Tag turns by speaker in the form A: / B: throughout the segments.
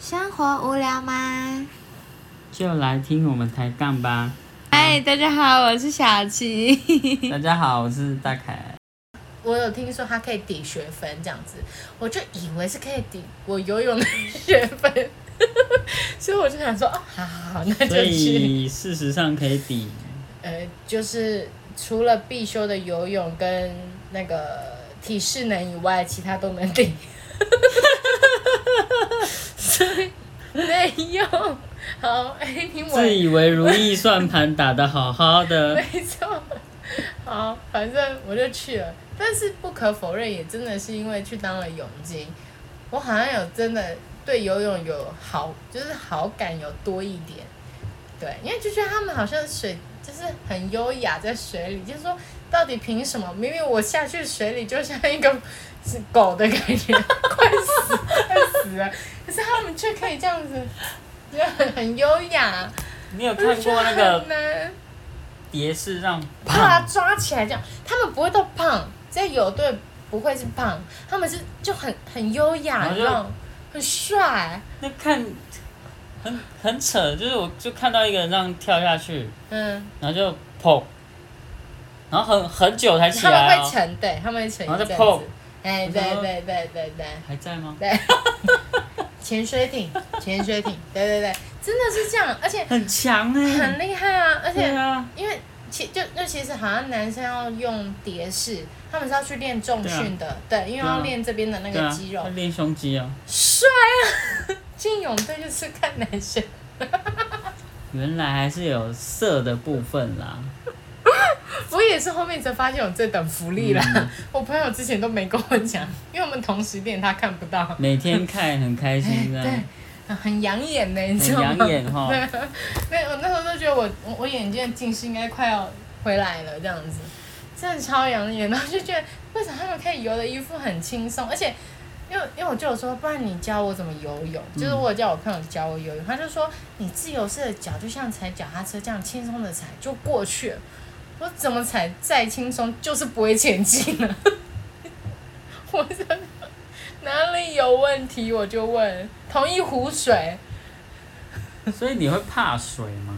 A: 生活无聊吗？
B: 就来听我们抬杠吧。
A: 嗨，大家好，我是小琪。
B: 大家好，我是大凯。
C: 我有听说它可以抵学分这样子，我就以为是可以抵我游泳的学分，所以我就想说，哦，好好好，那
B: 所
C: 就去。
B: 以事实上可以抵，
C: 呃，就是除了必修的游泳跟那个体适能以外，其他都能抵。 所以没有好，哎，你我
B: 自以为如意算盘打得好好 的，
C: 没错，好，反正我就去了。但是不可否认，也真的是因为去当了泳精，我好像有真的对游泳有好，就是好感有多一点。对，因为就觉得他们好像水就是很优雅，在水里，就是说到底凭什么？明明我下去水里就像一个是狗的感觉，快死快死了，可是他们却可以这样子，就很很优雅。
B: 你有
C: 我就
B: 看
C: 觉
B: 过
C: 得
B: 那个
C: 很难
B: 蝶式让
C: 把
B: 啪
C: 它抓起来这样，他们不会到胖，在有队不会是胖，他们是就很很优雅，
B: 然后就
C: 你知道吗，很帅，
B: 那看很很扯，就是我就看到一个人这样跳下去，
C: 嗯，
B: 然后就砰，然后很很久才起
C: 他们
B: 来、
C: 会
B: 哦，
C: 沉，对，他们会沉
B: 然后
C: 一阵
B: 再
C: 子
B: 碰，
C: 哎，对对对对对
B: 还在吗？
C: 对，潜水 艇，潜水艇，对对对，真的是这样，而且
B: 很强哎、
C: 很厉害啊，而
B: 对
C: 且
B: 啊，
C: 因为其就就其实好像男生要用蝶式，他们是要去练重训的，对，因为
B: 对啊
C: 要练这边的那
B: 对
C: 个
B: 啊
C: 肌，肉
B: 会，练胸肌啊。
C: 帅啊！ 进泳队就是看男生，
B: 原来还是有色的部分啦，
C: 我也是后面才发现有这等福利啦。
B: 嗯
C: 我朋友之前都没跟我讲，因为我们同时练，他看不到，
B: 每天看很开心这样
C: 哎，很养眼呢、你
B: 很
C: 知道吗？
B: 养眼哈。
C: 对，我那时候都觉得我我我眼睛的近视应该快要回来了这样子，真的超养眼，然后就觉得为什么他们可以游的衣服很轻松，而且因为因为我就有说，不然你教我怎么游泳，就是我有叫我朋友教我游泳，他就说你自由式的脚就像踩脚踏车这样轻松的踩就过去了，我怎么踩再轻松就是不会前进了， 我真的哪里有问题我就问，同一湖水。
B: 所以你会怕水吗？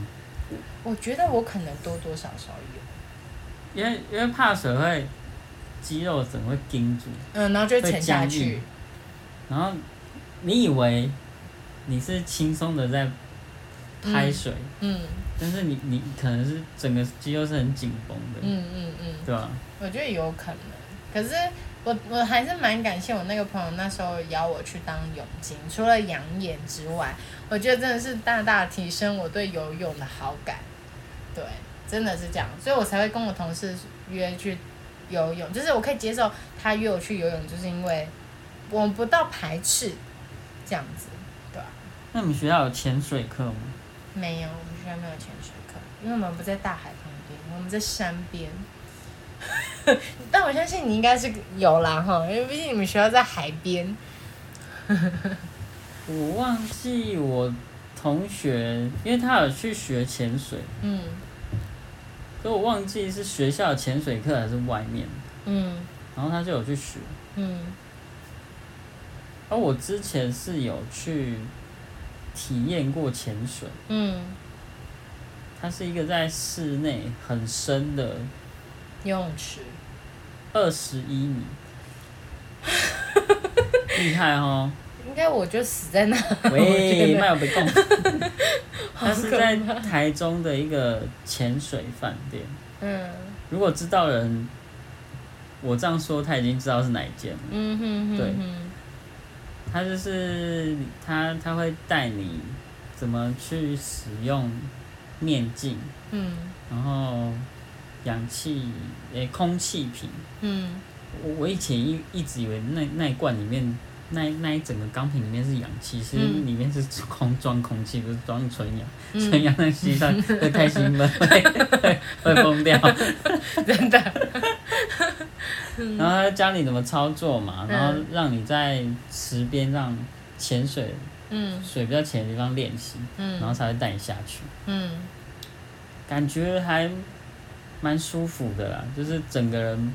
C: 我觉得我可能多多少少有，
B: 因为因为怕水会肌肉整个会盯住，
C: 嗯，然后就
B: 会
C: 沉下
B: 僵
C: 去
B: 硬，。然后你以为你是轻松的在拍水，
C: 嗯
B: 但是你你可能是整个肌肉是很紧绷的，
C: 嗯嗯嗯，
B: 对吧？
C: 我觉得有可能。可是我我还是蛮感谢我那个朋友那时候邀我去当泳精，除了养眼之外，我觉得真的是大大提升我对游泳的好感。对，真的是这样，所以我才会跟我同事约去游泳，就是我可以接受他约我去游泳，就是因为我们不到排斥这样子。
B: 那你们学校有潜水课吗？
C: 没有，我们学校没有潜水课，因为我们不在大海旁边，我们在山边。但我相信你应该是有啦哈，因为毕竟你们学校在海边。
B: 我忘记我同学，因为他有去学潜水，
C: 嗯
B: 可我忘记是学校的潜水课还是外面，
C: 嗯
B: 然后他就有去学。
C: 嗯
B: 而我之前是有去体验过潜水，
C: 嗯，
B: 它是一个在室内很深的
C: 游泳池。
B: 二十一米， 厉害哦！
C: 应该我就死在那，我
B: 喂，
C: 觉得
B: 麦有被供。
C: 好
B: 它是
C: 可
B: 在
C: 怕。
B: 台中的一个潜水饭店，
C: 嗯
B: 如果知道的人，我这样说他已经知道是哪一间了。
C: 嗯哼哼哼，
B: 他就是他他会带你怎么去使用面镜，
C: 嗯
B: 然后氧气诶、空气瓶。
C: 嗯
B: 我我以前一一直以为那那一罐里面那那一整个钢瓶里面是氧气，其实
C: 嗯
B: 里面是空装空气，不是装纯氧。纯
C: 嗯，
B: 氧那吸上会太兴奋， 会会会疯掉。
C: 真的，
B: 然后他教你怎么操作嘛，
C: 嗯
B: 然后让你在池边让潜水
C: 嗯
B: 水比较浅的地方练习，然后
C: 嗯
B: 才会带你下去。
C: 嗯
B: 感觉还蛮舒服的啦，就是整个人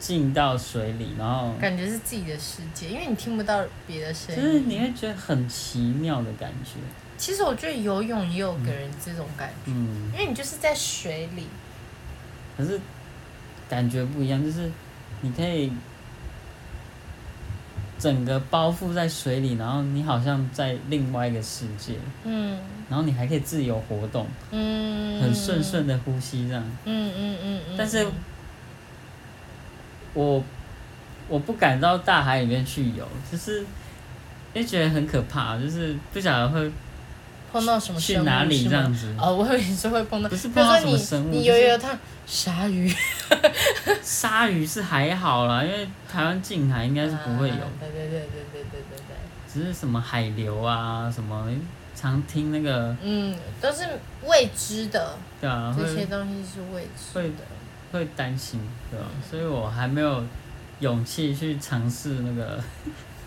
B: 进到水里，然后
C: 感觉是自己的世界，因为你听不到别的声
B: 就是
C: 音。
B: 你会觉得很奇妙的感觉。
C: 其实我觉得游泳也有给人这种感觉，
B: 嗯，
C: 因为你就是在水里，
B: 可是感觉不一样，就是你可以整个包覆在水里，然后你好像在另外一个世界，
C: 嗯
B: 然后你还可以自由活动，
C: 嗯，
B: 很顺顺的呼吸这样。
C: 嗯，嗯嗯嗯嗯。
B: 但是我我不敢到大海里面去游，就是就觉得很可怕，就是不晓得会
C: 碰到什么
B: 去
C: 生物
B: 哪里
C: 是
B: 这
C: 吗
B: 样子。
C: 哦，我以为你是会碰到，
B: 不是
C: 比
B: 碰
C: 如
B: 到
C: 说
B: 什么生物
C: 你你
B: 就
C: 游
B: 是
C: 一游它鲨鱼，
B: 鲨鱼是还好啦，因为台湾近海应该是不会有，
C: 啊对对对对对对对对，
B: 只是什么海流啊什么，常听那个
C: 嗯，都是未知的，
B: 对啊，
C: 这些
B: 会
C: 东西是未知
B: 会
C: 的。
B: 会担心对吧、
C: 嗯
B: 所以我还没有勇气去尝试那个，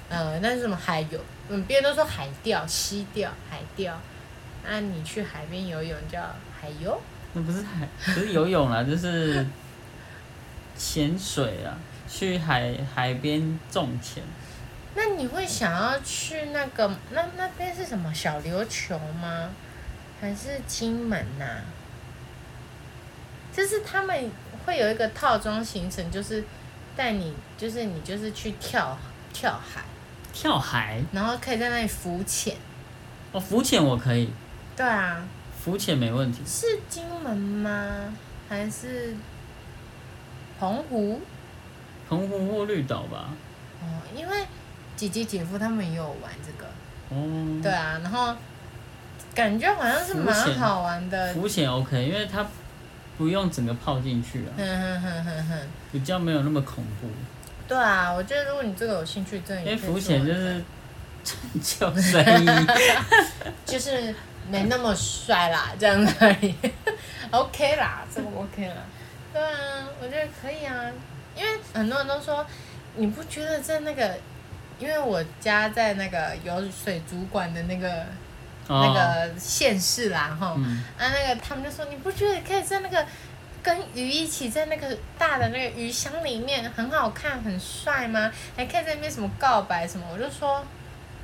C: 呃，那是什么海游？嗯，别人都说海钓、溪钓、海钓，那你去海边游泳叫海游？
B: 那不是海，不是游泳啦，就是潜水啊，去海海边种田。
C: 那你会想要去那个那那边是什么小琉球吗？还是金门呐、就是他们会有一个套装行程，就是带你，就是你就是去跳跳海，
B: 跳海
C: 然后可以在那里浮潜。
B: 哦，浮潜我可以，
C: 对啊，
B: 浮潜没问题。
C: 是金门吗？还是澎湖？
B: 澎湖或绿岛吧。
C: 哦，因为姐姐姐夫他们也有玩这个，
B: 哦，
C: 对啊，然后感觉好像是蛮
B: 浮潜
C: 好玩的，
B: 浮潜 OK，因为它不用整个泡进去啊，
C: 哼哼哼哼哼，
B: 比较没有那么恐怖。
C: 对啊，我觉得如果你这个有兴趣，真的
B: 因
C: 也
B: 为
C: 可以
B: 哎浮潜
C: 做
B: 就是 救生衣，
C: 就是没那么帅啦，这样子而已 ，OK 啦，这个 OK 啦，对啊，我觉得可以啊，因为很多人都说，你不觉得在那个，因为我家在那个有水族馆的那个、 那
B: 哦，
C: 个县市啦，哈、
B: 嗯，
C: 啊，那个他们就说你不觉得可以在那个跟鱼一起在那个大的那个鱼箱里面很好看很帅吗？还可以在那边什么告白什么？我就说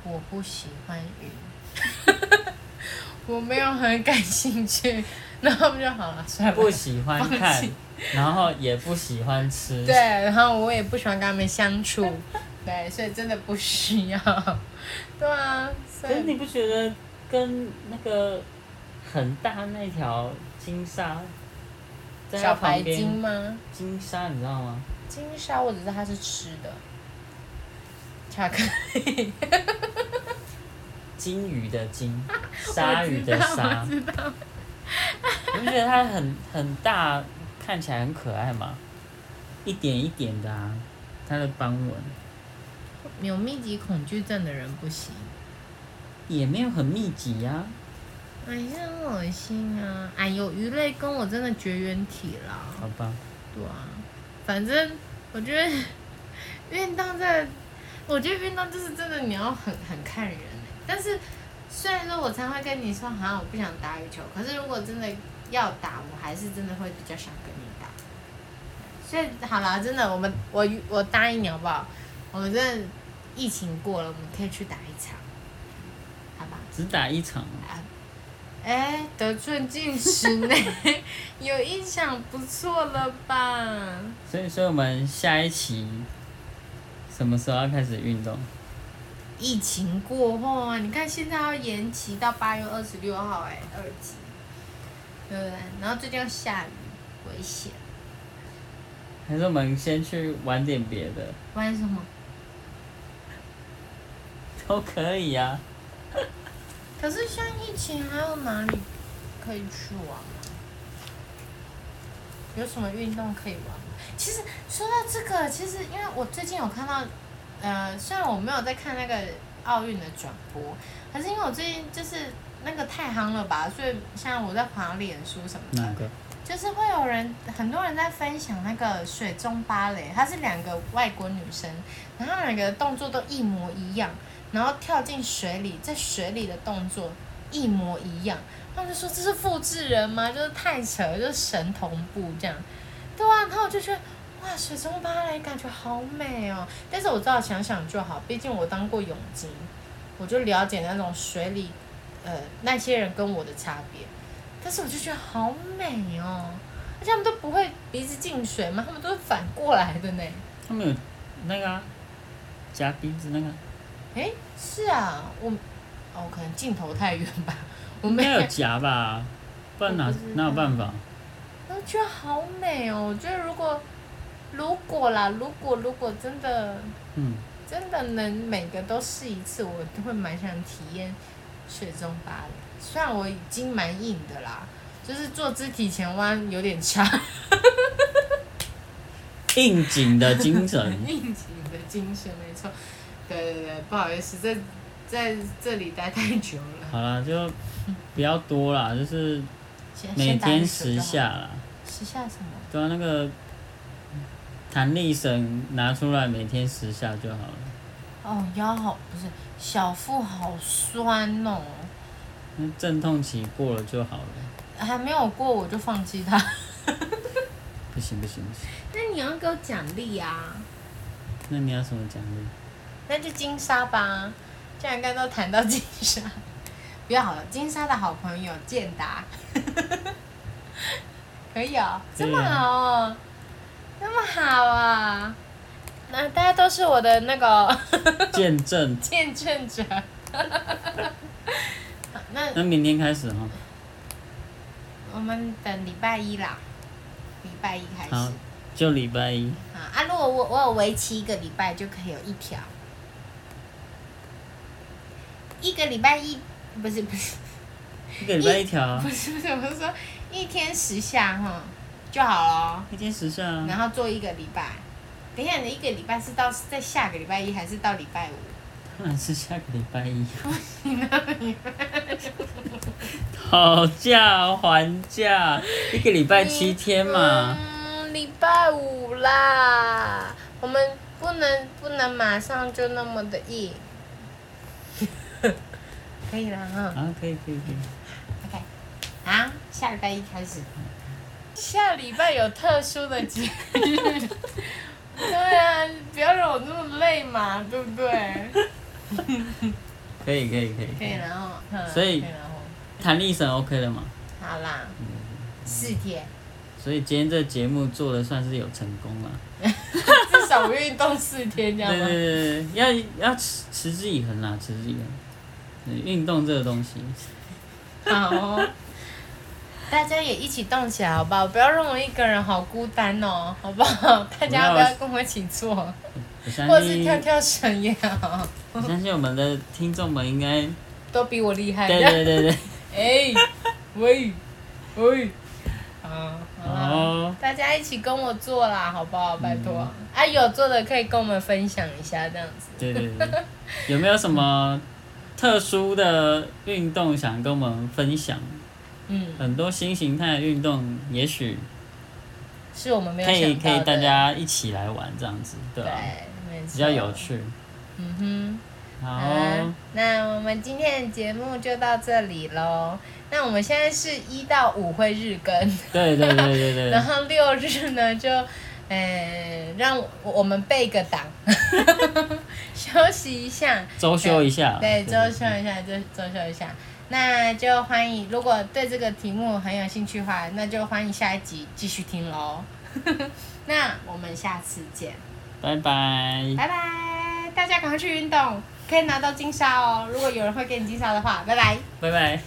C: 我不喜欢鱼， 我没有很感兴趣。然后他们就好了，算了。
B: 不喜欢
C: 放
B: 看
C: 弃，
B: 然后也不喜欢吃。
C: 对，，然后我也不喜欢跟他们相处， 对，所以真的不需要。 对啊，所
B: 可是
C: 以
B: 你不觉得跟那个很大那条金鲨在它
C: 小白
B: 旁
C: 鲸
B: 边？
C: 吗？
B: 金鲨你知道吗？
C: 金鲨，我只知道它是吃的，巧克力。
B: 金鱼的 金，鲨鱼的鲨
C: 我，知道，我知道。
B: 你不觉得它很很大，看起来很可爱吗？一点一点的啊，它的斑纹
C: 有密集恐惧症的人不行，
B: 也没有很密集呀、啊。
C: 哎呀，很恶心啊！哎呦，鱼类跟我真的绝缘体啦。
B: 好吧，
C: 对啊，反正我觉得 运动这，我觉得运动就是真的你要很很看人、欸、但是虽然说我常会跟你说，好像我不想打羽球，可是如果真的要打，我还是真的会比较想跟你打。所以好啦，真的，我们我我答应你好不好？我们真的疫情过了，我们可以去打一场，好吧？
B: 只打一场啊，
C: 哎，得寸进尺 呢，有印象不错了吧？
B: 所以所以我们下一期什么时候要开始运动？
C: 疫情过后啊，你看现在要延期到八月二十六号、哎，二级，对不对？然后最近要下雨，危险。
B: 还是我们先去玩点别的
C: 玩什么？
B: 都可以啊。
C: 可是像疫情还有哪里可以去玩吗？有什么运动可以玩吗？其实说到这个，其实因为我最近有看到，呃，虽然我没有在看那个奥运的转播，可是因为我最近就是那个太夯了吧，所以像我在爬脸书什么的
B: 哪，个？
C: 就是会有人，很多人在分享那个水中芭蕾，她是两个外国女生，然后她们两个动作都一模一样，然后跳进水里，在水里的动作一模一样，他们就说这是复制人吗？就是太扯了，就是神同步这样，对啊，然后我就觉得哇，水中芭蕾感觉好美哦。但是我知道想想就好，毕竟我当过泳精，我就了解那种水里，呃，那些人跟我的差别。但是我就觉得好美哦，而且他们都不会鼻子进水嘛，他们都是反过来的呢。
B: 他们有那个啊夹、鼻子那个，
C: 诶，是啊，我，哦，可能镜头太远吧，我
B: 应
C: 没
B: 该有夹吧？不然哪
C: 我不知道
B: 哪有办法？
C: 我觉得好美哦！我觉得如果如果啦，如果如果真的
B: 嗯，
C: 真的能每个都试一次，我都会蛮想体验水中芭蕾。虽然我已经蛮硬的啦，就是做肢体前弯有点差，
B: 应景的精 神，
C: 硬挺的精神没错。对对对，不好意思，在在这里待太久了。
B: 好啦，就不要多啦，就是
C: 先
B: 每
C: 先打一
B: 天
C: 首就
B: 十
C: 好
B: 下，啦。
C: 十下什么？
B: 对啊，那个弹力绳拿出来，每天十下就好了。
C: 哦，腰好不是小腹好酸哦。
B: 那阵痛期过了就好了。
C: 还没有过我就放弃它。
B: 不行不行不行，
A: 那你要给我奖励啊！
B: 那你要什么奖励？
C: 那就金沙吧，既然刚刚都谈到金沙， 不要好了，金沙的好朋友健达， 可以哦，这么好哦，那么好啊，那大家都是我的那个
B: 见证。
C: 见证者。 那
B: 那明天开始哈，
C: 我们等礼拜一啦，礼拜一开始
B: 好，就礼拜一。
C: 啊啊！如果我我有为期一个礼拜，就可以有一条。一个礼拜一不是不是
B: 一个礼拜一条啊
C: 不，是不是，我是说一天十下哈就好了，
B: 一天十下啊。
C: 然后做一个礼拜。等一下，你的一个礼拜是到是在下个礼拜一还是到礼拜五？
B: 当然是嗯下个礼拜 一。讨价还价，一个礼拜七天嘛，
C: 嗯，礼拜五啦，我们不能不能马上就那么的 硬。可以啦哈。
B: 啊，可以可以可以。
C: OK，啊，下礼拜一开始。下礼拜有特殊的节日。 对啊，不要让我那么累嘛，对不对？
B: 可以可以可以。啊
C: 可以，然后，嗯
B: 所以
C: 可然后，
B: 弹力绳 OK 了嘛？
C: 好啦，
B: 嗯
C: 四天，
B: 所以今天这节目做的算是有成功了。
C: 至少我运动四天，
B: 对
C: 这样
B: 对
C: 吗？
B: 对对，要要持持之以恒啦，持之以恒。对运动这个东西，
C: 好哦。大家也一起动起来，好不好？不要让我一个人好孤单哦，好不好？大家要不
B: 不要
C: 要跟我一起做，
B: 我相
C: 或者是
B: 信，
C: 跳跳绳也好，
B: 我相信我们的听众们应该，
C: 都比我厉害。
B: 对对对 对，
C: 哎、喂，喂，啊，好啦
B: 哦，
C: 大家一起跟我做啦，好不
B: 嗯
C: 好？拜托，啊，有做的可以跟我们分享一下，这样子。
B: 对对对，对有没有什么特殊的运动想跟我们分享？
C: 嗯，
B: 很多新形态的运动，也许
C: 是我们没有
B: 可以
C: 想
B: 可
C: 到
B: 以
C: 的。
B: 大家一起来玩这样子，对
C: 对
B: 吧、，
C: 没错
B: 比较有。趣。
C: 嗯哼，好、啊
B: 好，
C: 那我们今天的节目就到这里喽。那我们现在是一到五会日更。
B: 对对对对对
C: 然
B: 对，
C: 后六日呢，就，嗯，让我我们备个档， 休息一下，
B: 周休一下，
C: 对，嗯周休一下，就周休一下。那就欢迎，如果对这个题目很有兴趣的话，那就欢迎下一集继续听喽。 那我们下次见，
B: 拜拜。
C: 拜拜！大家赶快去运动，可以拿到金沙哦。如果有人会给你金沙的话，拜拜。
B: 拜拜。